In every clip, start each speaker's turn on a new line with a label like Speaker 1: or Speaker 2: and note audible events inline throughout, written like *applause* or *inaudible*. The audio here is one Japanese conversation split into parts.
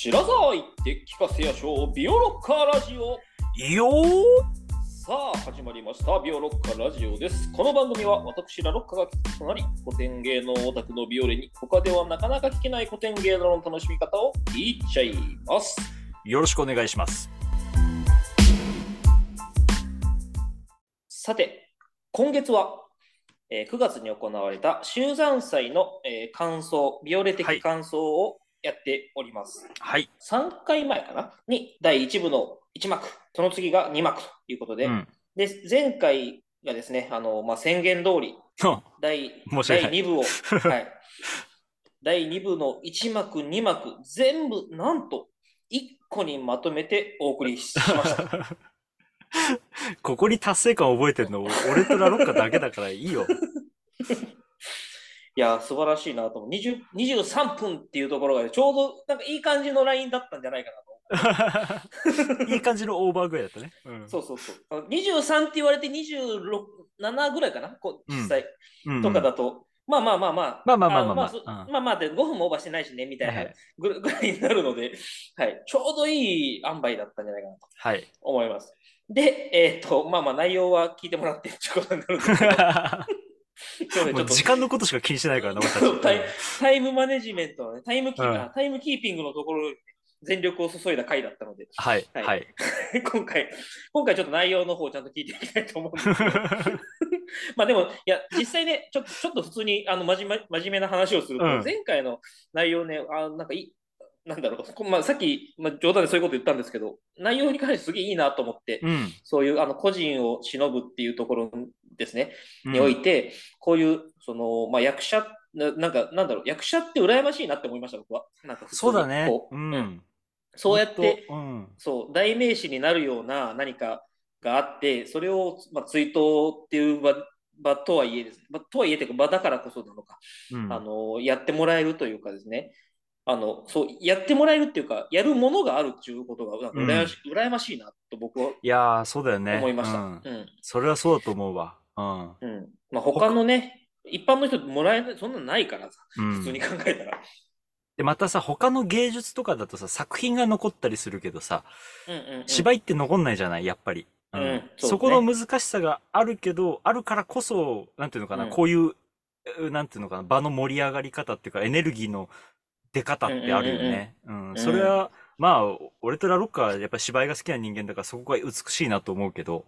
Speaker 1: 知らざあいって聞かせやしょうビオロッカーラジオ
Speaker 2: いいよー
Speaker 1: さあ始まりましたビオロッカーラジオですこの番組は私ラロッカが聞くとなり古典芸能オタクのビオレに他ではなかなか聞けない古典芸能の楽しみ方を聞いちゃいます
Speaker 2: よろしくお願いします。
Speaker 1: さて今月は、えー9月に行われた集山祭の、えー感想ビオレ
Speaker 2: はい
Speaker 1: 的感想をやっております、
Speaker 2: はい。
Speaker 1: 3回前かなに第1部の1幕その次が2幕ということで、
Speaker 2: うん。 *laughs*
Speaker 1: で前回がですねあの、まあ、宣言通り第
Speaker 2: 申し訳な
Speaker 1: 第
Speaker 2: い
Speaker 1: 2部を、
Speaker 2: *laughs*
Speaker 1: はい、第2部の1幕2幕全部なんと1個にまとめてお送りしま
Speaker 2: *laughs*
Speaker 1: した
Speaker 2: ここに達成感を覚えてるの、俺とラロッカだけだからい
Speaker 1: *laughs*
Speaker 2: いよ。
Speaker 1: いや素晴らしいなと思う20 23分っていうところが、ちょうどなんかいい感じのラインだったんじゃないかなと
Speaker 2: いい感じのオーバーぐらいだったね。うん。
Speaker 1: そうそうそうあの23って言われて27ぐらいかなこう
Speaker 2: うん
Speaker 1: 実際
Speaker 2: うんうん
Speaker 1: とかだと、まあまあまあまあ
Speaker 2: まあまあまあまあまあ
Speaker 1: のそ
Speaker 2: うん
Speaker 1: まあまあで5分もオーバーしてないしねみたい
Speaker 2: は
Speaker 1: ないぐらぐらいになるので、はい、ちょうどいい塩梅だったんじゃないかなと
Speaker 2: はい。
Speaker 1: 思います。で、えっ、と、まあまあ内容は聞いてもらってっていうことになるん
Speaker 2: *laughs*
Speaker 1: ですけど、
Speaker 2: は
Speaker 1: そうねち
Speaker 2: い。も
Speaker 1: ょっ
Speaker 2: う
Speaker 1: と
Speaker 2: 時間のことしか気にしてないからな、俺たち。
Speaker 1: そうタイタイムマネジメントのね、タイムキー、
Speaker 2: うん
Speaker 1: あタイムキーピングのところに全力を注いだ回だったので、 *laughs*
Speaker 2: はい。
Speaker 1: *laughs* はい
Speaker 2: はい。
Speaker 1: 今回、今回ちょっと内容の方をちゃんと聞いていきたいと思うん
Speaker 2: *laughs*
Speaker 1: ですけど、まあでも、いや、実際ね、ちょっとちょっと普通にあの真面 *laughs* 目真面目な話をすると、
Speaker 2: うん
Speaker 1: 前回の内容ね、あなんかいい、なんだろう、こまあ、さっき、まあ、冗談でそういうこと言ったんですけど、内容に関してすげえいいなと思って、
Speaker 2: うん。
Speaker 1: そういうあの個人を忍ぶっていうところですね、
Speaker 2: うん
Speaker 1: において、こういうその、まあ、役者な、なんか、なんだろう、役者って羨ましいなって思いました、僕は。なんか普通に
Speaker 2: そうだね
Speaker 1: こ。う
Speaker 2: うん。
Speaker 1: そうやっ
Speaker 2: ほん
Speaker 1: て
Speaker 2: とうん。
Speaker 1: そう、代名詞になるような何かがあって、それを、まあ、追悼っていう場場とはいえです、まあとはいえというか場だからこそなのか、
Speaker 2: うん
Speaker 1: あの、やってもらえるというかですね、あのそうやってもらえるっていうか、やるものがあるっていうことが、なんか羨まし,、羨ましいなと僕はい
Speaker 2: やー、そうだよね。
Speaker 1: 思いました。
Speaker 2: うん
Speaker 1: うん
Speaker 2: それはそうだと思うわ。うん。
Speaker 1: うんまあ、他のね、一般の人もらえない、そんなのないからさ、
Speaker 2: うん
Speaker 1: 普通に考えたら。
Speaker 2: で、またさ、他の芸術とかだとさ、作品が残ったりするけどさ、
Speaker 1: うんうんうん
Speaker 2: 芝居って残んないじゃない、やっぱり。
Speaker 1: うんそうね
Speaker 2: そこの難しさがあるけど、あるからこそ、なんていうのかな、
Speaker 1: うん
Speaker 2: こういうう、なんていうのかな、場の盛り上がり方っていうか、エネルギーの出方ってあるよね。うん
Speaker 1: うん
Speaker 2: それは、まあ、お俺とラロッカはやっぱり芝居が好きな人間だから、そこが美しいなと思うけど、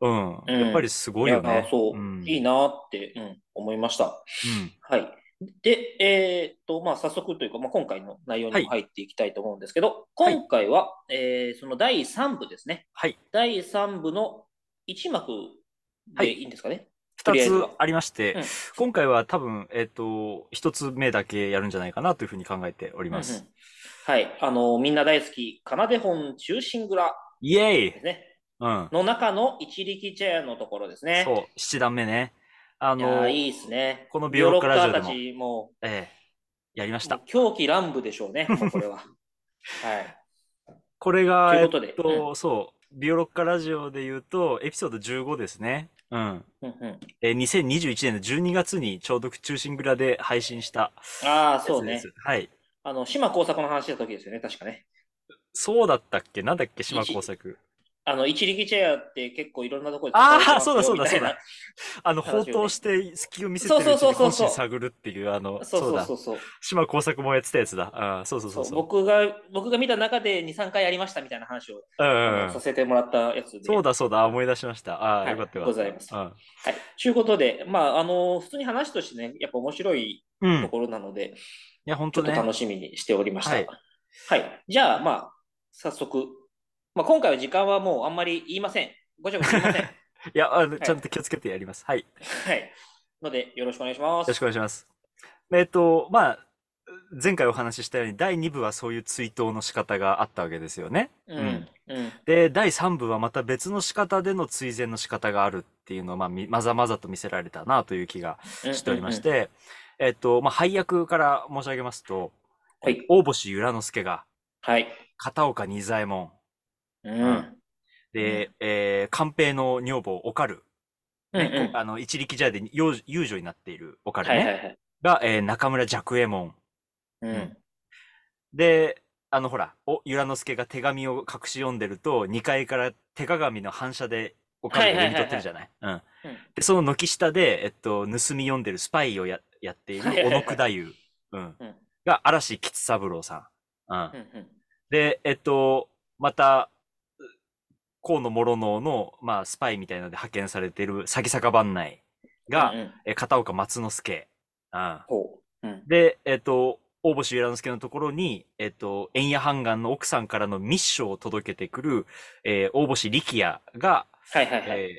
Speaker 2: うん、
Speaker 1: うん
Speaker 2: やっぱりすごいよ
Speaker 1: いや
Speaker 2: ね。
Speaker 1: そう、
Speaker 2: ん
Speaker 1: いいなって、うん、思いました。
Speaker 2: うん
Speaker 1: はい。で、えーっと、まあ、早速というか、まあ、今回の内容にも入っていきたいと思うんですけど、
Speaker 2: はい
Speaker 1: 今回は、えーその第3部ですね。
Speaker 2: はい。
Speaker 1: 第3部の1幕
Speaker 2: は
Speaker 1: で
Speaker 2: い
Speaker 1: いいんですかね。とりあえ
Speaker 2: 二
Speaker 1: ず
Speaker 2: つ
Speaker 1: は
Speaker 2: ありまして、
Speaker 1: うん
Speaker 2: 今回は多分、えっ、と、一つ目だけやるんじゃないかなというふうに考えており
Speaker 1: うんうん
Speaker 2: ます。
Speaker 1: はい。あの、みんな大好き、奏で本中心蔵
Speaker 2: イエーイ
Speaker 1: ですね。
Speaker 2: うん。
Speaker 1: の中の一力茶屋のところですね。
Speaker 2: そう、七段目ね。あ
Speaker 1: いや
Speaker 2: の、
Speaker 1: ーいいですね。
Speaker 2: このビオロッカラジオで
Speaker 1: ビオ
Speaker 2: も
Speaker 1: ロッカーたちも
Speaker 2: ええやりまし
Speaker 1: も
Speaker 2: た
Speaker 1: う。狂気乱舞でしょう
Speaker 2: *laughs*
Speaker 1: ね、もうこれは。はい。
Speaker 2: これが、
Speaker 1: とい
Speaker 2: え
Speaker 1: う
Speaker 2: っ
Speaker 1: ことで
Speaker 2: と、そう、ビオロッカラジオで言うと、エピソード15ですね。うん。
Speaker 1: うんうん、
Speaker 2: えー、2021年の12月にちょうど中心蔵で配信した
Speaker 1: ああ、
Speaker 2: やつ
Speaker 1: そう
Speaker 2: で
Speaker 1: ね
Speaker 2: す。。はい。
Speaker 1: あの、島工作の話した時ですよね、確かね。
Speaker 2: そうだったっけなんだっけ島工作。
Speaker 1: あの、一力チェアって結構いろんなところで使
Speaker 2: あー
Speaker 1: われてますよ
Speaker 2: そうだそうだ
Speaker 1: みたいな
Speaker 2: そうあの、
Speaker 1: 話をね
Speaker 2: 放蕩して隙を見せてるうち
Speaker 1: そうそ
Speaker 2: に
Speaker 1: うそうそう
Speaker 2: 本心探るっていう、あの、
Speaker 1: そう
Speaker 2: そう
Speaker 1: そう
Speaker 2: だ
Speaker 1: そ。うそう
Speaker 2: 島工作もやってたやつだ。ああ、そうそうそう
Speaker 1: そう
Speaker 2: そう。
Speaker 1: 僕が、僕が見た中で2、3回やりましたみたいな話を、
Speaker 2: うんうんう
Speaker 1: あのさ
Speaker 2: ん。
Speaker 1: せてもらったやつで。
Speaker 2: そうだそうだ、あ思い出しました。あ
Speaker 1: は
Speaker 2: あ、
Speaker 1: い
Speaker 2: よかったよか
Speaker 1: ご
Speaker 2: った。
Speaker 1: ざいます
Speaker 2: うん
Speaker 1: はい。ということで、まあ、あの、普通に話としてね、やっぱ面白い
Speaker 2: うん。
Speaker 1: と
Speaker 2: い
Speaker 1: ころなので、
Speaker 2: や、本
Speaker 1: ちょ
Speaker 2: 当
Speaker 1: っと
Speaker 2: ね。
Speaker 1: 楽しみにしておりました。
Speaker 2: は
Speaker 1: はいい、じゃあ、まあ、早速、まあ、今回は時間はもうあんまり言いません。ごちゃごちゃ言い
Speaker 2: *laughs*
Speaker 1: ません。
Speaker 2: いや、あの、
Speaker 1: い
Speaker 2: ちゃんと気をつけてやります。はい。よ
Speaker 1: はい。ので、よろしくお願いします。
Speaker 2: ろしくお願いします。えっと、まあ、前回お話ししたように、第2部はそういう追悼の仕方があったわけですよね。
Speaker 1: うん。うん。
Speaker 2: で、第3部はまた別の仕方での追善の仕方があるっていうのを、まあ、みまざまざと見せられたなという気がしておりまし。て、えっと、まあ、配役から申し上げますと、
Speaker 1: はい。
Speaker 2: 大星由良之助が、
Speaker 1: はい。
Speaker 2: 片岡仁左衛門、
Speaker 1: うん
Speaker 2: ん。で、えー、寛平の女房、おかる、
Speaker 1: うん
Speaker 2: ね
Speaker 1: うん
Speaker 2: こあの、一力茶屋で幼女遊女になっているおかる
Speaker 1: はいはい
Speaker 2: ね、
Speaker 1: はい。
Speaker 2: が、えー中村寂右衛門。
Speaker 1: うん。
Speaker 2: で、あのほら、お、由良之助が手紙を隠し読んでると、2階から手鏡の反射で、おかみが読み取ってるじゃない。うん。
Speaker 1: うん
Speaker 2: で、その軒下で、えっと、盗み読んでるスパイをややっている
Speaker 1: はいはい
Speaker 2: 小
Speaker 1: はいは
Speaker 2: 野
Speaker 1: い
Speaker 2: 九太夫、うん
Speaker 1: うん、
Speaker 2: が嵐吉三郎さん。うん
Speaker 1: う。んうん
Speaker 2: で、えっと、また、う河野諸能の、まあ、スパイみたいなので派遣されている鷺坂番内が、
Speaker 1: うんうん
Speaker 2: え片岡松之助。うん。
Speaker 1: ほう。うん
Speaker 2: で、えっと、大星由良之助のところに、えっと、円谷半岸の奥さんからの密書を届けてくる、えー大星力也が、
Speaker 1: はいはいはい。
Speaker 2: え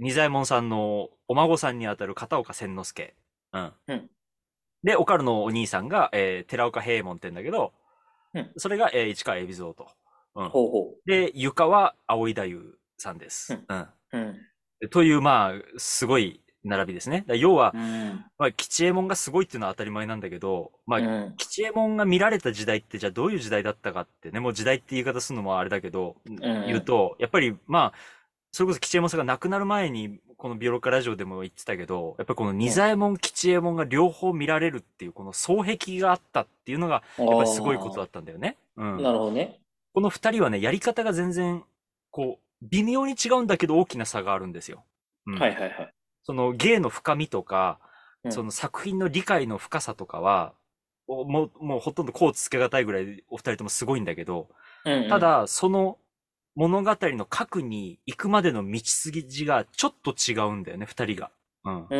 Speaker 2: ー、仁左衛門さんのお孫さんにあたる片岡千之助。うん。
Speaker 1: うん
Speaker 2: で、おかるのお兄さんが、えー寺岡平右衛門って言うんだけど、
Speaker 1: うん
Speaker 2: それが、えー市川海老蔵と。うん
Speaker 1: ほうほ
Speaker 2: で、床は葵太夫さんで
Speaker 1: う
Speaker 2: す。
Speaker 1: ん
Speaker 2: うん。
Speaker 1: う。うん。
Speaker 2: という、まあ、すごい並びですね。だから要は、
Speaker 1: うん。
Speaker 2: まあ、吉右衛門がすごいっていうのは当たり前なんだけど、まあ、
Speaker 1: うん
Speaker 2: 吉右衛門が見られた時代ってじゃあどういう時代だったかってねもう時代って言い方するのもあれだけど、
Speaker 1: ん
Speaker 2: 言うとやっぱりまあそれこそ吉右衛門さんが亡くなる前にこの「ビオロッカラジオ」でも言ってたけどやっぱりこの二左衛門吉右衛門が両方見られるっていうこの双璧があったっていうのがやっぱりすごいことだったんだよね。うん、
Speaker 1: なるほどね。
Speaker 2: この二人はねやり方が全然こう微妙に違うんだけど大きな差があるんですよ。うん
Speaker 1: はいはいはい。
Speaker 2: その芸の深みとか、
Speaker 1: うん
Speaker 2: その作品の理解の深さとかは、おもう、もうほとんどこうつけがたいぐらいお二人ともすごいんだけど、
Speaker 1: うんうん
Speaker 2: た、だ、その物語の核に行くまでの道筋がちょっと違うんだよね、二人が。うん。
Speaker 1: う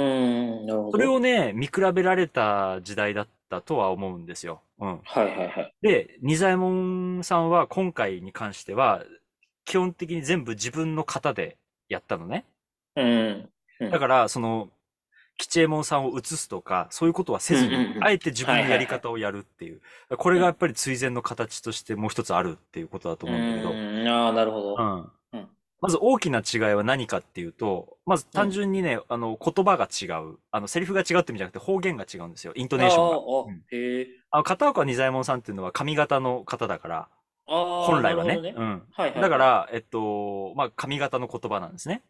Speaker 1: ん、なるほど。
Speaker 2: それをね、見比べられた時代だったとは思うんですよ。うん。
Speaker 1: はいはいはい。
Speaker 2: で、仁左衛門さんは今回に関しては、基本的に全部自分の型でやったのね。
Speaker 1: うん。うん
Speaker 2: だから、その、吉右衛門さんを映すとか、そういうことはせずに、
Speaker 1: うんうんうん
Speaker 2: あえて自分のやり方をやるっていう。これがやっぱり追善の形としてもう一つあるっていうことだと思うんだけど。
Speaker 1: うんああ、なるほど。
Speaker 2: うん
Speaker 1: うん
Speaker 2: まず大きな違いは何かっていうと、まず単純にね、あの、言葉が違う。あの、セリフが違うって意味じゃなくて方言が違うんですよ。イントネーションが。
Speaker 1: あああ
Speaker 2: うん
Speaker 1: へえ。
Speaker 2: あの、片岡仁左衛門さんっていうのは髪型の方だから、
Speaker 1: ああ、
Speaker 2: 本来は
Speaker 1: な
Speaker 2: ね。
Speaker 1: るほど
Speaker 2: うん。
Speaker 1: はいはい。
Speaker 2: だか、ら、えっと、まあ、髪型の言葉なんですね。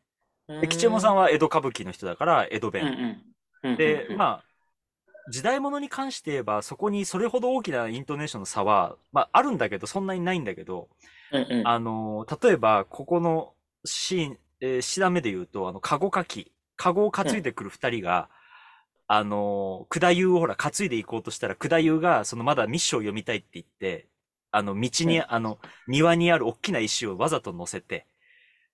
Speaker 2: で吉右衛門さん
Speaker 1: は、
Speaker 2: は江戸歌舞伎の人だから、江戸
Speaker 1: う
Speaker 2: 弁。
Speaker 1: んうんうん。
Speaker 2: で、
Speaker 1: あ、
Speaker 2: まあ、時代物に関して言えば、そこにそれほど大きなイントネーションの差は、まあ、あるんだけど、そんなにないんだけど、
Speaker 1: うんうん。
Speaker 2: あのー、例えば、ここのシーン、えー、七段目で言うと、あの、カゴかき、カゴを担いでくる二人が、あのー、九太夫をほら、担いでいこうとしたら、九太夫が、そのまだミッションを読みたいって言って、あの、道に、
Speaker 1: うん
Speaker 2: あの、庭にある大きな石をわざと乗せて、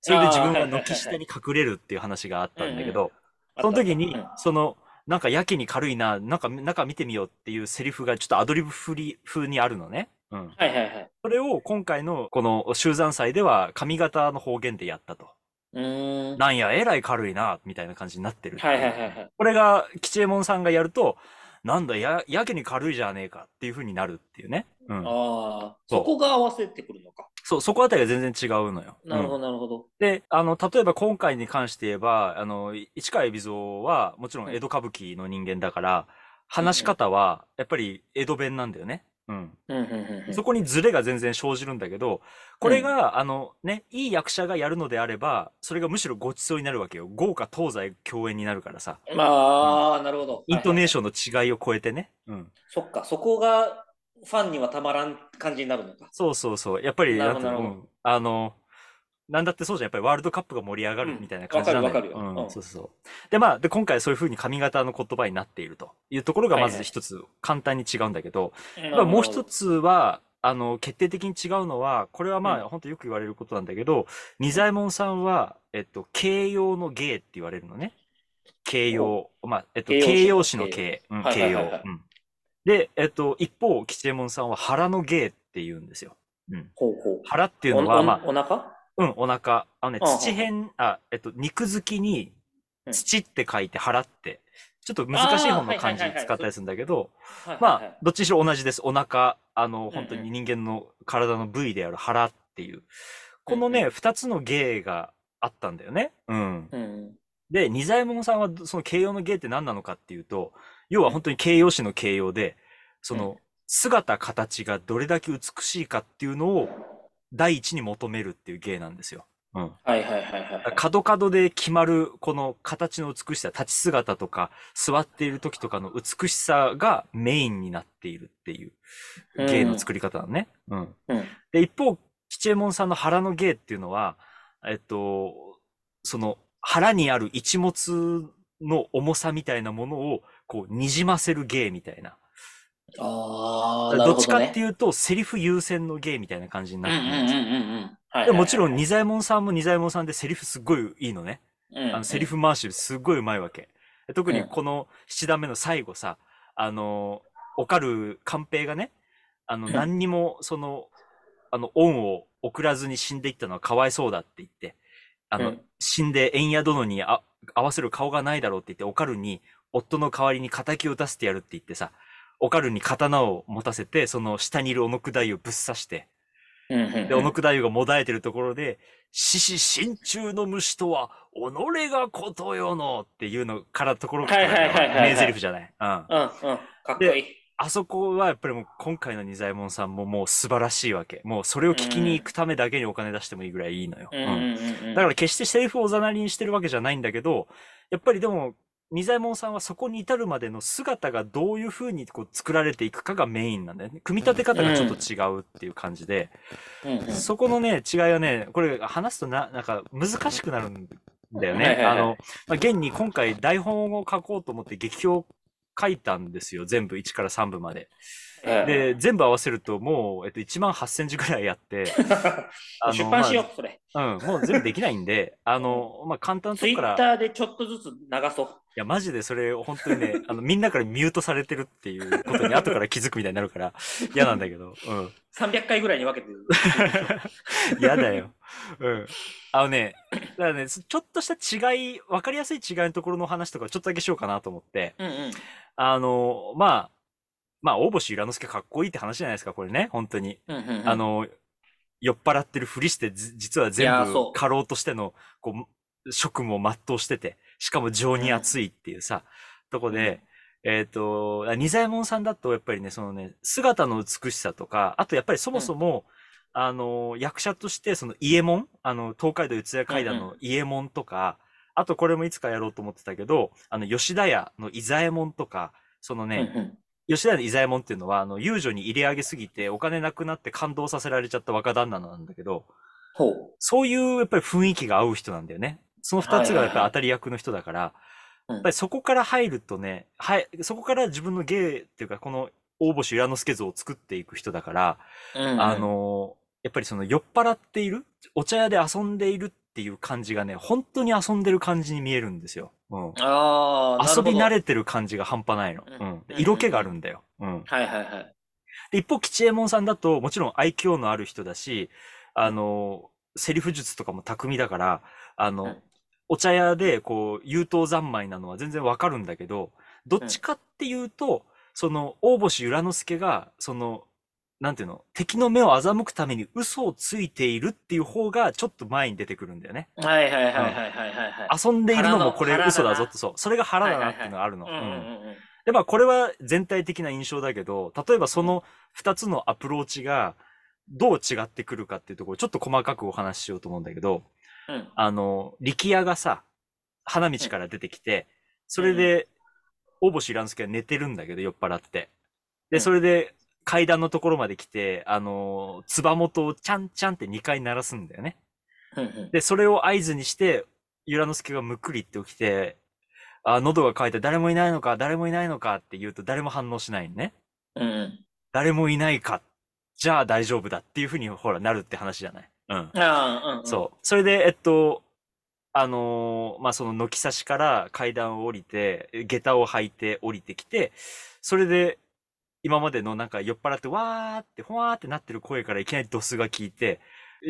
Speaker 2: それで自
Speaker 1: あー
Speaker 2: 分
Speaker 1: は
Speaker 2: が
Speaker 1: いはいはい
Speaker 2: 軒下に隠れるっていう話があったんだけ
Speaker 1: うん
Speaker 2: ど、その時に、その、なんかやけに軽いな、なんか中見てみようっていうセリフがちょっとアドリブ風に風にあるのね。うん。
Speaker 1: はいはいはい。
Speaker 2: それを今回のこの集山祭では上方の方言でやったと。
Speaker 1: うーん。
Speaker 2: なんや、えらい軽いな、みたいな感じになってるってう
Speaker 1: はいはいはいはい。
Speaker 2: これが吉右衛門さんがやると、なんだや、やけに軽いじゃねえかっていう風になるっていうね。うん。
Speaker 1: ああ、
Speaker 2: そう
Speaker 1: そこが合わせてくるのか。
Speaker 2: そう、そこあたりが全然違うのよ。
Speaker 1: なる
Speaker 2: うん
Speaker 1: ほどなるほど。
Speaker 2: で、あの、例えば今回に関して言えば、あの、い市川海老蔵は、もちろん江戸歌舞伎の人間だから、話し方は、やっぱり江戸弁なんだよね。うん。
Speaker 1: うんうんうんうん。
Speaker 2: そこにズレが全然生じるんだけど、これが、あの、ね、いい役者がやるのであれば、それがむしろごちそうになるわけよ。豪華東西共演になるからさ、
Speaker 1: まあ、なるほど。
Speaker 2: イントネーシ
Speaker 1: ョン。
Speaker 2: ョンの違いを超えてね。うん。
Speaker 1: そっか、そこがファンにはたまらん感じになるのか。
Speaker 2: そうそうそう。やっぱり、
Speaker 1: なる
Speaker 2: ん
Speaker 1: ほ
Speaker 2: てい
Speaker 1: ど
Speaker 2: うの
Speaker 1: なる
Speaker 2: う
Speaker 1: ほ
Speaker 2: んあの、なんだってそうじゃん。やっぱりワールドカップが盛り上が
Speaker 1: う
Speaker 2: る
Speaker 1: ん
Speaker 2: みたいな感じなんだ
Speaker 1: わかるわかるよ
Speaker 2: うん
Speaker 1: うん
Speaker 2: そうそうそう。で、まあ、で、今回そういう風に髪型の言葉になっているというところがま
Speaker 1: はい
Speaker 2: ず
Speaker 1: はい
Speaker 2: 一つ簡単に違うんだけど、
Speaker 1: な
Speaker 2: や
Speaker 1: る
Speaker 2: っぱ
Speaker 1: ほど
Speaker 2: もう一。つは、あの、決定的に違うのは、これはま
Speaker 1: う
Speaker 2: あ、本当よく言われることなんだけど、仁左衛門さんは、えっと、形容の芸って言われるのね。形容。まあ、えっと、
Speaker 1: 形容詞
Speaker 2: 形容詞の形。うん、
Speaker 1: はいは
Speaker 2: 形
Speaker 1: いは
Speaker 2: 容
Speaker 1: いはい。
Speaker 2: うんで、えっと、一方、吉右衛門さんは腹の芸って言うんですよ。うん。
Speaker 1: ほうほう。
Speaker 2: 腹っていうのは、
Speaker 1: お
Speaker 2: まあ、
Speaker 1: お腹
Speaker 2: うん、お腹。あのね、
Speaker 1: うんうん
Speaker 2: 土辺、あ、えっと、肉付きに、
Speaker 1: うん
Speaker 2: 土って書いて腹って、ちょっと難しい方の
Speaker 1: あーは
Speaker 2: 漢字
Speaker 1: いはいはいはい
Speaker 2: 使ったりするんだけど、
Speaker 1: はいはい
Speaker 2: ま
Speaker 1: はい
Speaker 2: あ、どっちにしろ同じです。お腹、あの、
Speaker 1: ん
Speaker 2: 本当に人間の体の部位である腹っていう。この
Speaker 1: うん
Speaker 2: ね、二つの芸があったんだよね。うん。
Speaker 1: うん。
Speaker 2: で、二左衛門さんはどその形容の芸って何なのかっていうと、要は本当に形容詞の形容で、そ
Speaker 1: うん
Speaker 2: の姿形がどれだけ美しいかっていうのを第一に求めるっていう芸なんですよ。うん。
Speaker 1: はいはいはいはい。
Speaker 2: 角角で決まるこの形の美しさ、立ち姿とか、座っている時とかの美しさがメインになっているっていう芸の作り方だね。うん。
Speaker 1: うん
Speaker 2: で、一方、吉右衛門さんの腹の芸っていうのは、えっと、その腹にある一物の重さみたいなものをこう、にじませる芸みたいな。
Speaker 1: ああ、なる
Speaker 2: ど
Speaker 1: ほ
Speaker 2: っち
Speaker 1: ど
Speaker 2: か
Speaker 1: ね
Speaker 2: っ。ていうと、セリフ優先の芸みたいな感じになってるんですよ。
Speaker 1: うんうんうんうんうん。はいはいはい
Speaker 2: でもちろん、、二左衛門さんも二左衛門さんでセリフすっごいいいのね。
Speaker 1: うんうん
Speaker 2: あのセリフ回しすっごいうまいわけ。特
Speaker 1: う
Speaker 2: に
Speaker 1: ん
Speaker 2: この七段目の最後さ、あの、オカル寛平がね、あの、
Speaker 1: うん
Speaker 2: 何にもその、あの、恩を送らずに死んでいったのはかわいそうだって言って、あの、
Speaker 1: うん
Speaker 2: 死んで縁屋殿にあ合わせる顔がないだろうって言って、オカルに夫の代わりに仇を出してやるって言ってさ、オカルに刀を持たせて、その下にいる小野九太夫をぶっ刺して、
Speaker 1: うんうんうん
Speaker 2: で、小野九太夫がもだえてるところで、獅子心中の虫とは、己がことよのっていうのからところか
Speaker 1: は
Speaker 2: ら
Speaker 1: いはいはいはいはい
Speaker 2: 名台詞じゃない。うん。
Speaker 1: うんうん。かっこいい。
Speaker 2: あそこはやっぱりもう今回の二左衛門さんももう素晴らしいわけ。もうそれを聞きに行くためだけにお金出してもいいぐらいいいのよ。
Speaker 1: うん
Speaker 2: うん
Speaker 1: うんうんうん。
Speaker 2: だから決してセリフをおざなりにしてるわけじゃないんだけど、やっぱりでも、二左衛門さんはそこに至るまでの姿がどういう風にこう作られていくかがメインなんだよね。組み立て方がちょっと違うっていう感じで。
Speaker 1: うんうん、
Speaker 2: そこのね、違いはね、これ話すとな、なんか難しくなるんだよ
Speaker 1: は
Speaker 2: ね
Speaker 1: い。はいは
Speaker 2: あ
Speaker 1: い
Speaker 2: の、まあ、現に今回台本を書こうと思って劇評書いたんですよ。全部1から3部まで。
Speaker 1: うん
Speaker 2: で、全部合わせるともう、えっと、1万8千字ぐらいや
Speaker 1: *laughs*
Speaker 2: って、あの
Speaker 1: 出版しよう、それ。
Speaker 2: まあうん、もう全部できないんで、あの、まあ、簡単なと
Speaker 1: ツイ
Speaker 2: こ
Speaker 1: ッ
Speaker 2: から、い
Speaker 1: ターでちょっとずつ流そう。
Speaker 2: や、マジでそれ、本当にね、あの、みんなからミュートされてるっていうことに後から気づくみたいになるから、嫌なんだけど、うん。
Speaker 1: 300回ぐらいに分けて。 *laughs*
Speaker 2: やだよ。うん。あのね、だからね、そちょっとした違い、わかりやすい違いのところの話とかちょっとだけしようかなと思って、
Speaker 1: うんうん。
Speaker 2: あの、まあ、まあ、大星由良之助かっこいいって話じゃないですか、これね、本当に。
Speaker 1: うんうんうん
Speaker 2: あ、の、酔っ払ってるふりして、じ実は全
Speaker 1: いやーそ
Speaker 2: 部
Speaker 1: う
Speaker 2: 過労としての、こう、職務を全うしてて、しかも情に熱いっていうさ、とこで、えっ、と、あ仁左衛門さんだと、やっぱりね、そのね、姿の美しさとか、あとやっぱりそもそも、あの、役者として、その、伊右衛門、あの、東海道四谷階段
Speaker 1: うん
Speaker 2: の伊右衛門とか、あとこれもいつかやろうと思ってたけど、あの、吉田屋の伊左衛門とか、その
Speaker 1: う
Speaker 2: ね、
Speaker 1: んうん
Speaker 2: 吉田の伊左衛門っていうのは、あの、遊女に入れ上げすぎてお金なくなって感動させられちゃった若旦那なんだけど、
Speaker 1: ほう。
Speaker 2: そういうやっぱり雰囲気が合う人なんだよね。その二
Speaker 1: はい
Speaker 2: つがやっ
Speaker 1: はいは
Speaker 2: ぱ
Speaker 1: い
Speaker 2: 当たり役の人だから、
Speaker 1: うん
Speaker 2: やっぱりそこから入るとね、はい、そこから自分の芸っていうか、この大星浦之助像を作っていく人だから、
Speaker 1: うんうん
Speaker 2: あ、の、やっぱりその酔っ払っている、お茶屋で遊んでいるっていう感じがね、本当に遊んでる感じに見えるんですよ。うん。
Speaker 1: ああ、
Speaker 2: 遊び慣
Speaker 1: る
Speaker 2: れてる感じが半端ないの。
Speaker 1: う
Speaker 2: うんん。で色気があるんだよ。うん。
Speaker 1: ほど。はいはいはい。
Speaker 2: で一方、吉右衛門さんだと、もちろん愛嬌のある人だし、あの、セリフ術とかも巧みだから、あの、
Speaker 1: うん
Speaker 2: お茶屋で、こう、優等三昧なのは全然わかるんだけど、どっちかっていうと、その、大星由良之助が、その、なんていうの、敵の目を欺くために嘘をついているっていう方が、ちょっと前に出てくるんだよね。
Speaker 1: はいはいはいはいはいはいはい。
Speaker 2: 遊んでいるの
Speaker 1: 腹
Speaker 2: も
Speaker 1: の
Speaker 2: これ
Speaker 1: 腹だな
Speaker 2: 嘘だぞって、そう。それが腹だなっていうのがあるの。
Speaker 1: うん
Speaker 2: うん
Speaker 1: うんうん
Speaker 2: で、まあ、これは全体的な印象だけど、例えばその二つのアプローチがどう違ってくるかっていうところ、ちょっと細かくお話ししようと思うんだけど、
Speaker 1: うん。うん
Speaker 2: あの、力也がさ、花道から出てきて、それで、大星蘭介は寝てるんだけど、酔っ払って。
Speaker 1: う
Speaker 2: で、
Speaker 1: ん
Speaker 2: それで、階段のところまで来て、あの、つば元をちゃんちゃんって2回鳴らすんだよね。
Speaker 1: うんうん
Speaker 2: で、それを合図にして、由良之助がむっくりって起きて、あ、喉が渇いた、誰もいないのか、誰もいないのかって言うと誰も反応しないのね。
Speaker 1: うんうん
Speaker 2: 誰もいないか、じゃあ大丈夫だっていうふうに、ほら、なるって話じゃない。うん。
Speaker 1: ああ、うんうん。
Speaker 2: そう。それで、えっと、あのーまあ、その軒差しから階段を降りて、下駄を履いて降りてきて、それで、今までのなんか酔っ払って、わーって、ほわーってなってる声からいきなりドスが聞いて、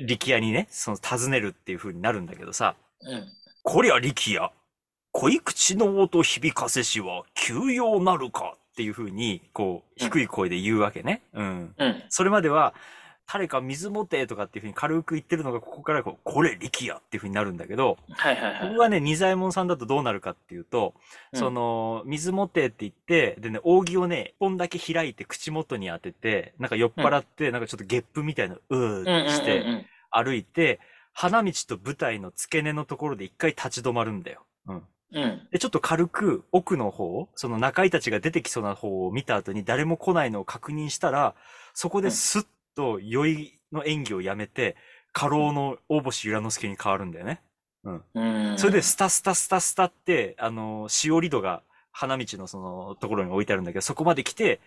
Speaker 2: 力也にね、その尋ねるっていう風になるんだけどさ、
Speaker 1: うん。
Speaker 2: こりゃ力也、恋口の音響かせしは休養なるかっていう風に、こう、低い声で言うわけね。うん。
Speaker 1: うん。
Speaker 2: それまでは、誰か水持てとかっていうふうに軽く言ってるのが、ここからこう、これ力也っていうふうになるんだけど、
Speaker 1: はいはいはい。
Speaker 2: ここがね、二左衛門さんだとどうなるかっていうと、
Speaker 1: うん
Speaker 2: その、水持てって言って、でね、扇をね、一本だけ開いて口元に当てて、なんか酔っ払って、なんかちょっとゲップみたいな、う
Speaker 1: うんうんうんう
Speaker 2: ー
Speaker 1: ん
Speaker 2: して歩いて、花道と舞台の付け根のところで一回立ち止まるんだよ。うん。
Speaker 1: うん。
Speaker 2: で、ちょっと軽く奥の方、その中井たちが出てきそうな方を見た後に誰も来ないのを確認したら、そこでスッと酔いの演技をやめて、過労の大星由良之助に変わるんだよね。
Speaker 1: うん。
Speaker 2: それでスタスタスタスタって、あの、しおり戸が花道のそのところに置いてあるんだけど、そこまで来て、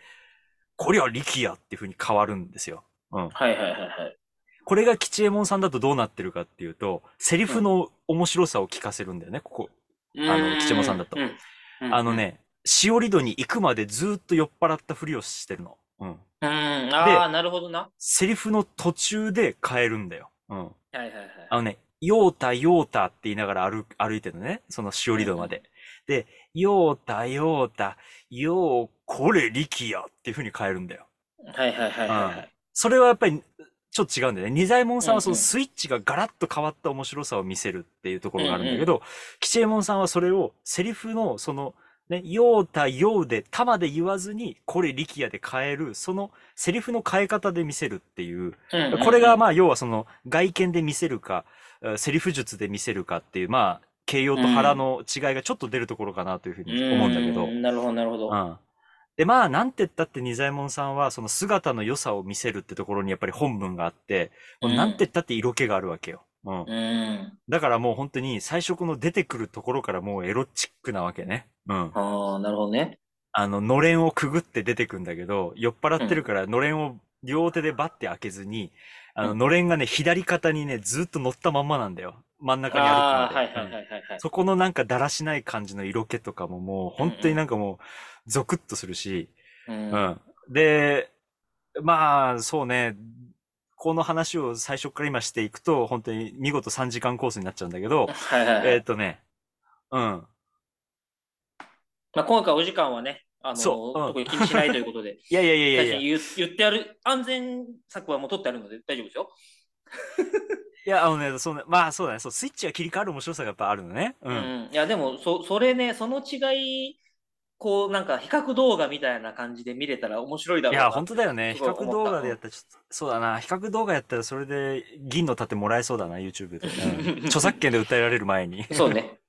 Speaker 2: こりゃ力也っていう風に変わるんですよ。
Speaker 1: はいはいはいはい。
Speaker 2: これが吉右衛門さんだとどうなってるかっていうと、セリフの面白さを聞かせるんだよね、ここ。あの吉右衛門さんだと
Speaker 1: うん。うん
Speaker 2: あの。ね、しおり戸に行くまでずーっと酔っ払ったふりをしてるの。うん。
Speaker 1: うん。ああ、なるほどな。
Speaker 2: セリフの途中で変えるんだよ。うん。
Speaker 1: はいはいはい。
Speaker 2: あのね、ヨータヨータって言いながら歩く歩いてるのね、そのしおり戸まで。で、ヨータヨータ、ヨーこれ力也っていう風に変えるんだよ。
Speaker 1: はいはいはいはいはい。
Speaker 2: それはやっぱりちょっと違うんだよね。二左衛門さんはそ
Speaker 1: うんう
Speaker 2: の
Speaker 1: ん
Speaker 2: スイッチがガラッと変わった面白さを見せるっていうところがあるんだけど、吉右衛門さんはそれをセリフのその、ね、ようたようで、たまで言わずに、これ力也で変える、そのセリフの変え方で見せるっていう、
Speaker 1: うんうんうん
Speaker 2: これがまあ要はその外見で見せるか、えーセリフ術で見せるかっていう、まあ形容と腹の違いがちょっと出るところかなというふうに思うんだけど。
Speaker 1: なるほどなるほど。
Speaker 2: うん。で、まあ、なんて言ったって、仁左衛門さんは、その姿の良さを見せるってところにやっぱり本文があって、もうなんて言ったって色気があるわけよ。うん。
Speaker 1: うん。
Speaker 2: だからもう本当に、最初この出てくるところからもうエロチックなわけね。うん。
Speaker 1: ああ、なるほどね。
Speaker 2: あの、のれんをくぐって出てくんだけど、酔っ払ってるから、のれんを両手でバッて開けずに、あの、
Speaker 1: うん
Speaker 2: のれんがね、左肩にね、ずっと乗ったまんまなんだよ。真ん中にあ
Speaker 1: あ
Speaker 2: る
Speaker 1: あ、
Speaker 2: ま
Speaker 1: は
Speaker 2: で
Speaker 1: いはいはいはいはい。
Speaker 2: そこのなんかだらしない感じの色気とかももう、本当になんかもう、ゾクッとするし、
Speaker 1: うん
Speaker 2: うん。で、まあ、そうね、この話を最初から今していくと、本当に見事3時間コースになっちゃうんだけ
Speaker 1: *laughs*
Speaker 2: ど、
Speaker 1: はいはいはい
Speaker 2: えーっとね、うん。
Speaker 1: まあ、今回お時間はね、あの、
Speaker 2: そううん *laughs*
Speaker 1: 特に気にしないということで、
Speaker 2: いやいやいやいやい
Speaker 1: 大
Speaker 2: や、
Speaker 1: 臣
Speaker 2: い
Speaker 1: 言言ってある、安全策はもう取ってあるので大丈夫ですよ。
Speaker 2: や、あのね、そのまあそうだね、そう、スイッチが切り替わる面白さがやっぱあるのね。う。
Speaker 1: うんん。いや、でも、そ、それね、その違い、こう、なんか比較動画みたいな感じで見れたら面白いだ
Speaker 2: い
Speaker 1: ろう
Speaker 2: や、
Speaker 1: な。
Speaker 2: 本当だよね。比
Speaker 1: すごい
Speaker 2: 較
Speaker 1: 思った
Speaker 2: 動画でやったら、ちょっと、そうだな。比較動画やったら、それで銀の盾もらえそうだな、YouTube で。
Speaker 1: *laughs*
Speaker 2: うん著作権で訴えられる前に。 *laughs*
Speaker 1: そうね。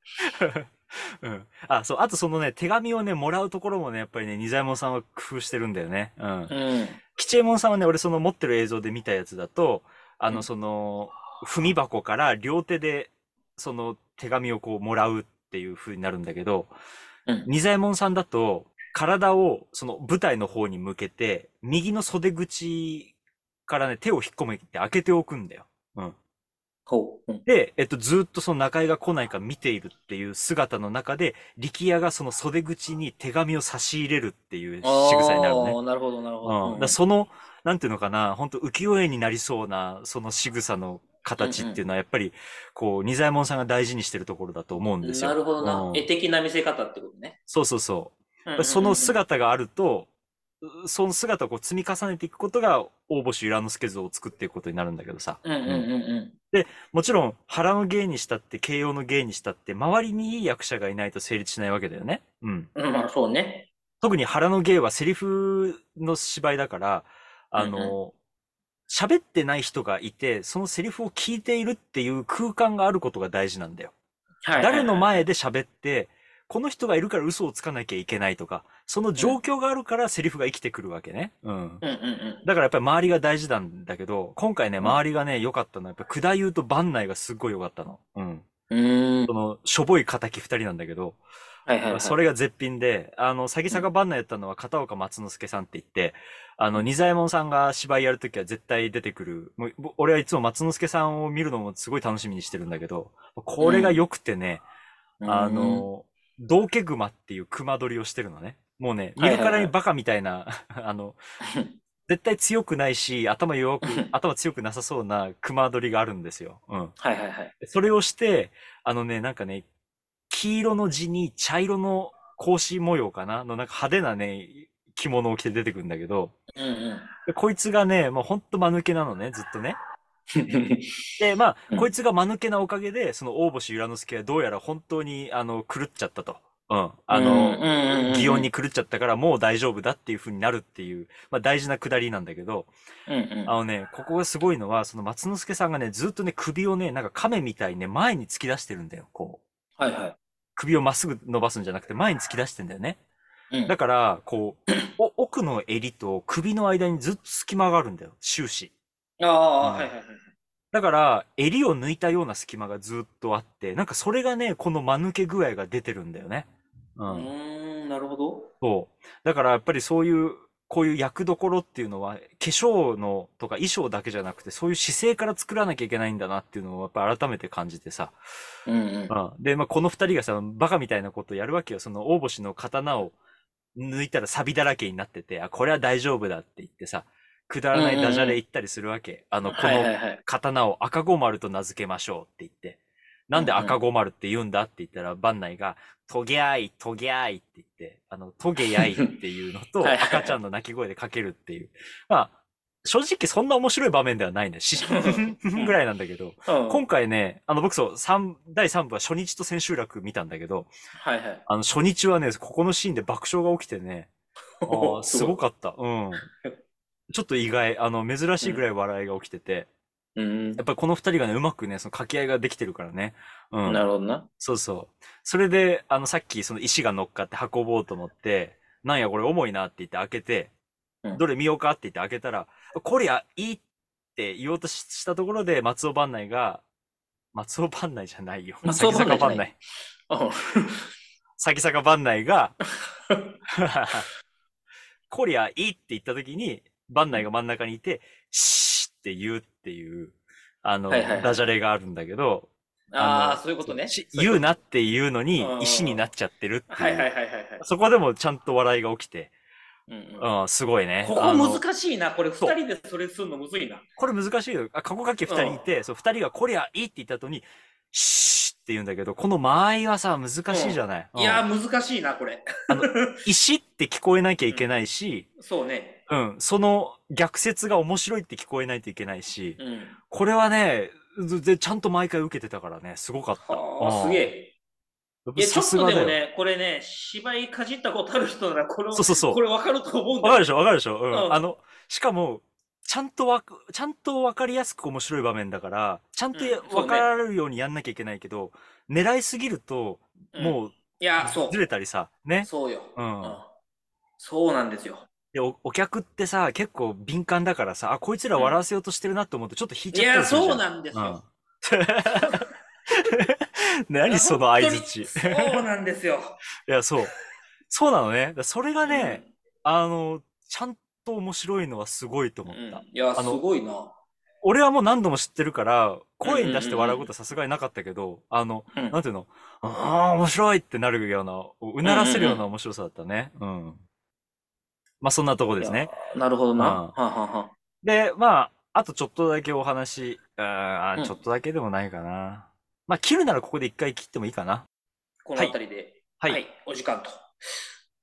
Speaker 2: うん。あ、そう、あとそのね、手紙をね、もらうところもね、やっぱりね、仁左衛門さんは工夫してるんだよね。うん
Speaker 1: う。ん。
Speaker 2: 吉右衛門さんはね、俺その持ってる映像で見たやつだと、あ
Speaker 1: う
Speaker 2: の、
Speaker 1: ん
Speaker 2: その、踏み箱から両手で、その手紙をこうもらうっていう風になるんだけど、
Speaker 1: うん
Speaker 2: 仁左衛門さんだと、体をその舞台の方に向けて、右の袖口からね、手を引っ込めて開けておくんだよ。うん。
Speaker 1: ほう。うん。
Speaker 2: で、えっと、ずっとその中井が来ないか見ているっていう姿の中で、力也がその袖口に手紙を差し入れるっていう仕草になるのね
Speaker 1: あ。あ、なるほど、なるほ
Speaker 2: うん、
Speaker 1: ど。
Speaker 2: だからその、なんていうのかな、本当浮世絵になりそうな、その仕草の形っていうのは、やっぱり、こう、仁左衛門さんが大事にしてるところだと思うんですよ。
Speaker 1: なるほどな、
Speaker 2: うん
Speaker 1: 絵的な見せ方ってことね。
Speaker 2: そうそうそ
Speaker 1: う
Speaker 2: う。
Speaker 1: んうん
Speaker 2: やっ
Speaker 1: う
Speaker 2: ぱ
Speaker 1: ん
Speaker 2: りその姿があると、うその姿をこう積み重ねていくことが、大星由良之助像を作っていくことになるんだけどさ。
Speaker 1: うんうんうんうん。
Speaker 2: もちろん、腹の芸にしたって、慶応の芸にしたって、周りにいい役者がいないと成立しないわけだよね。うん。
Speaker 1: うん、まあそうね。
Speaker 2: 特に腹の芸はセリフの芝居だから、あの、喋、ってない人がいて、そのセリフを聞いているっていう空間があることが大事なんだよ。
Speaker 1: はい
Speaker 2: 誰の前で喋って、この人がいるから嘘をつかなきゃいけないとか、その状況があるからセリフが生きてくるわけね。うん。
Speaker 1: うんうんうん。
Speaker 2: だからやっぱり周りが大事なんだけど、今回ね、周りがね、良かったのは、やっぱり下優と番内がすっごい良かったの。うん。
Speaker 1: うーん
Speaker 2: そ。の、しょぼい敵二人なんだけど、
Speaker 1: はいはい、はい。
Speaker 2: それが絶品で、あの、詐欺坂バンナやったのは片岡松之助さんって言って、あの、仁左衛門さんが芝居やるときは絶対出てくる。もうぼ俺はいつも松之助さんを見るのもすごい楽しみにしてるんだけど、これが良くてね、
Speaker 1: うん
Speaker 2: あ、
Speaker 1: *laughs*
Speaker 2: の、道化熊っていう熊取りをしてるのね。もうね、見るからにバカみたいな、 *laughs* あの、絶対強くないし、頭弱く、頭強くなさそうな熊取りがあるんですよ。うん。
Speaker 1: はいはいはい。
Speaker 2: それをして、あのね、なんかね、黄色の地に茶色の格子模様かなの、なんか派手なね、着物を着て出てくるんだけど、
Speaker 1: うんうん。
Speaker 2: でこいつがね、もうほんと間抜けなのね、ずっとね。で、ま
Speaker 1: う
Speaker 2: あ、
Speaker 1: ん
Speaker 2: こいつが間抜けなおかげで、その大星由良之助はどうやら本当に、あの、狂っちゃったと。うん。 *laughs* あ
Speaker 1: うん
Speaker 2: の、
Speaker 1: うんうんうん
Speaker 2: 擬音に狂っちゃったからもう大丈夫だっていう風になるっていう、まあ大事なくだりなんだけど、
Speaker 1: うんうん
Speaker 2: あのね、ここがすごいのは、その松之助さんがね、ずっとね、首をね、なんか亀みたいにね、前に突き出してるんだよ、こう。
Speaker 1: はいは
Speaker 2: 首をまっすぐ伸ばすんじゃなくて、前に突き出してんだよね。
Speaker 1: い。うん
Speaker 2: だから、こう、お奥の襟と首の間にずっと隙間があるんだよ、終始。
Speaker 1: ああ、
Speaker 2: うん
Speaker 1: はいはいはい。
Speaker 2: だから、襟を抜いたような隙間がずっとあって、なんかそれがね、この間抜け具合が出てるんだよね。う。
Speaker 1: うんーん、なるほど。
Speaker 2: そう。だからやっぱりそういう、こういう役どころっていうのは、化粧のとか衣装だけじゃなくて、そういう姿勢から作らなきゃいけないんだなっていうのをやっぱ改めて感じてさ。
Speaker 1: うんうん。
Speaker 2: うん。で、まあ、この二人がさ、バカみたいなことをやるわけよ。その大星の刀を抜いたら錆だらけになってて、あ、これは大丈夫だって言ってさ、くだらないダジャレ言ったりするわけ。あの、こ
Speaker 1: はいはい
Speaker 2: の
Speaker 1: はい。
Speaker 2: 刀を赤子丸と名付けましょうって言って。なんで赤子丸って言うんだって言ったら、番内が、トゲアイ、トゲアイって言って、あの、トゲアイっていうのと、
Speaker 1: はいはいはい
Speaker 2: 赤ちゃんの泣き声でかけるっていう。まあ、正直そんな面白い場面ではないね。
Speaker 1: *laughs*
Speaker 2: しぐらいなんだけど。
Speaker 1: うん
Speaker 2: 今回ね、あの、僕そう、三第3部は初日と千秋楽見たんだけど、
Speaker 1: はいはい。
Speaker 2: あの、初日はね、ここのシーンで爆笑が起きて
Speaker 1: *laughs*
Speaker 2: ね、あーすご
Speaker 1: く。
Speaker 2: かった。うん。ちょっと意外、あの、珍しいぐらい笑いが起きてて、
Speaker 1: うん
Speaker 2: やっぱりこの二人がね、うまくね、その掛け合いができてるからね。う
Speaker 1: うん。
Speaker 2: ん。
Speaker 1: なるほどな。
Speaker 2: そうそう。それで、あの、さっきその石が乗っかって運ぼうと思って、なんやこれ重いなって言って開けて
Speaker 1: うん、
Speaker 2: どれ見ようかって言って開けたら、こりゃいいって言おうとししたところで松尾番内が、松尾番内じゃないよ。
Speaker 1: 松尾
Speaker 2: 坂
Speaker 1: 伴内じゃない
Speaker 2: 内。
Speaker 1: うん
Speaker 2: 先坂番内
Speaker 1: *laughs*
Speaker 2: が、こりゃいいって言った時に、番内が真ん中にいて、シーって言うっていう、あの、
Speaker 1: はいはいはい
Speaker 2: ダジャレがあるんだけど、
Speaker 1: あ
Speaker 2: あ
Speaker 1: あ、
Speaker 2: の
Speaker 1: そういうことね。
Speaker 2: し
Speaker 1: そういう
Speaker 2: 言
Speaker 1: こ
Speaker 2: うなっていうのに
Speaker 1: うん
Speaker 2: 石になっちゃってる
Speaker 1: と
Speaker 2: って。
Speaker 1: はいいはいうはいはいはい。
Speaker 2: そこでもちゃんと笑いが起きて、
Speaker 1: うんうん
Speaker 2: うん、すごいね。
Speaker 1: こ
Speaker 2: あ
Speaker 1: こ
Speaker 2: の
Speaker 1: 難しいな。これ
Speaker 2: そう
Speaker 1: 二人でそれすんのむずいな。
Speaker 2: これ難しいよ。あ、過去書き二人いて、そう、二人がこりゃいいって言った後に、シーって言うんだけど、この間合いはさ、難しいじゃない。
Speaker 1: いや
Speaker 2: うん
Speaker 1: ー、難しいな、これ。
Speaker 2: 石って聞こえなきゃいけないし、
Speaker 1: そうね。
Speaker 2: うん、その逆説が面白いって聞こえないといけないし、
Speaker 1: うん。
Speaker 2: これはね、ずで、ちゃんと毎回受けてたからね、すごかった。
Speaker 1: はあ、
Speaker 2: うん
Speaker 1: すげえ。い
Speaker 2: や
Speaker 1: や、ちょ
Speaker 2: さ
Speaker 1: っ
Speaker 2: す
Speaker 1: と
Speaker 2: が
Speaker 1: で
Speaker 2: だ
Speaker 1: も
Speaker 2: よ。
Speaker 1: ね、これね、芝居かじったことある人なら、これを
Speaker 2: そうそうそう
Speaker 1: これわかると思うんだ
Speaker 2: わか
Speaker 1: よ。
Speaker 2: るでしょわかるでしょう
Speaker 1: うん
Speaker 2: ん。あの、しかも、ちゃんとわく、ちゃんとわかりやすく面白い場面だから、ちゃんとや
Speaker 1: うんそう
Speaker 2: わ
Speaker 1: ね
Speaker 2: かるようにやんなきゃいけないけど、狙いすぎると、
Speaker 1: うん。
Speaker 2: もう、
Speaker 1: いや、そう
Speaker 2: ず。れたりさ、ね。
Speaker 1: そうよ。
Speaker 2: うん
Speaker 1: そうなんですよ。
Speaker 2: で、お、お客ってさ、結構敏感だからさ、あ、こいつら笑わせようとしてるなと思って、ちょっと引い
Speaker 1: い
Speaker 2: ちゃった
Speaker 1: や、
Speaker 2: りするじゃ
Speaker 1: そ
Speaker 2: ん。
Speaker 1: うなんですよ。
Speaker 2: うん。 *laughs* 何その相槌。い
Speaker 1: 本当にそうなんですよ。
Speaker 2: や、そう。そうなのね。だからそれがね、あの、ちゃんと面白いのはすごいと
Speaker 1: う
Speaker 2: 思
Speaker 1: ん、
Speaker 2: っ
Speaker 1: うん
Speaker 2: た。
Speaker 1: いや、
Speaker 2: あ
Speaker 1: す
Speaker 2: の
Speaker 1: ごいな。
Speaker 2: 俺はもう何度も知ってるから、声に出して笑うことはさすがになかったけど、あの、
Speaker 1: うん
Speaker 2: なんていうの、ああ、面白いってなるような、うならせるような面白さだったね。うん。まあ、そんなとこですね。
Speaker 1: なるほどな。
Speaker 2: うん
Speaker 1: はあ、はあはあ
Speaker 2: で、まあ、あとちょっとだけお話、うんあ
Speaker 1: う
Speaker 2: ー
Speaker 1: ん
Speaker 2: ちょっとだけでもないかな。まあ、切るならここで一回切ってもいいかな。
Speaker 1: この辺りで、
Speaker 2: はい
Speaker 1: お時間と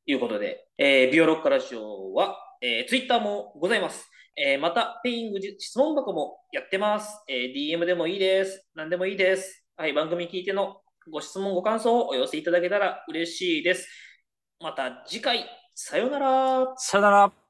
Speaker 1: いうことで、えービオロッカラジオは、えツイッター Twitter もございます。えーまた、ペイングじ質問箱もやってます。えー DM でもいいです。何でもいいです。はい、番組聞いてのご質問、ご感想をお寄せいただけたら嬉しいです。また次回、さようなら。
Speaker 2: さよなら。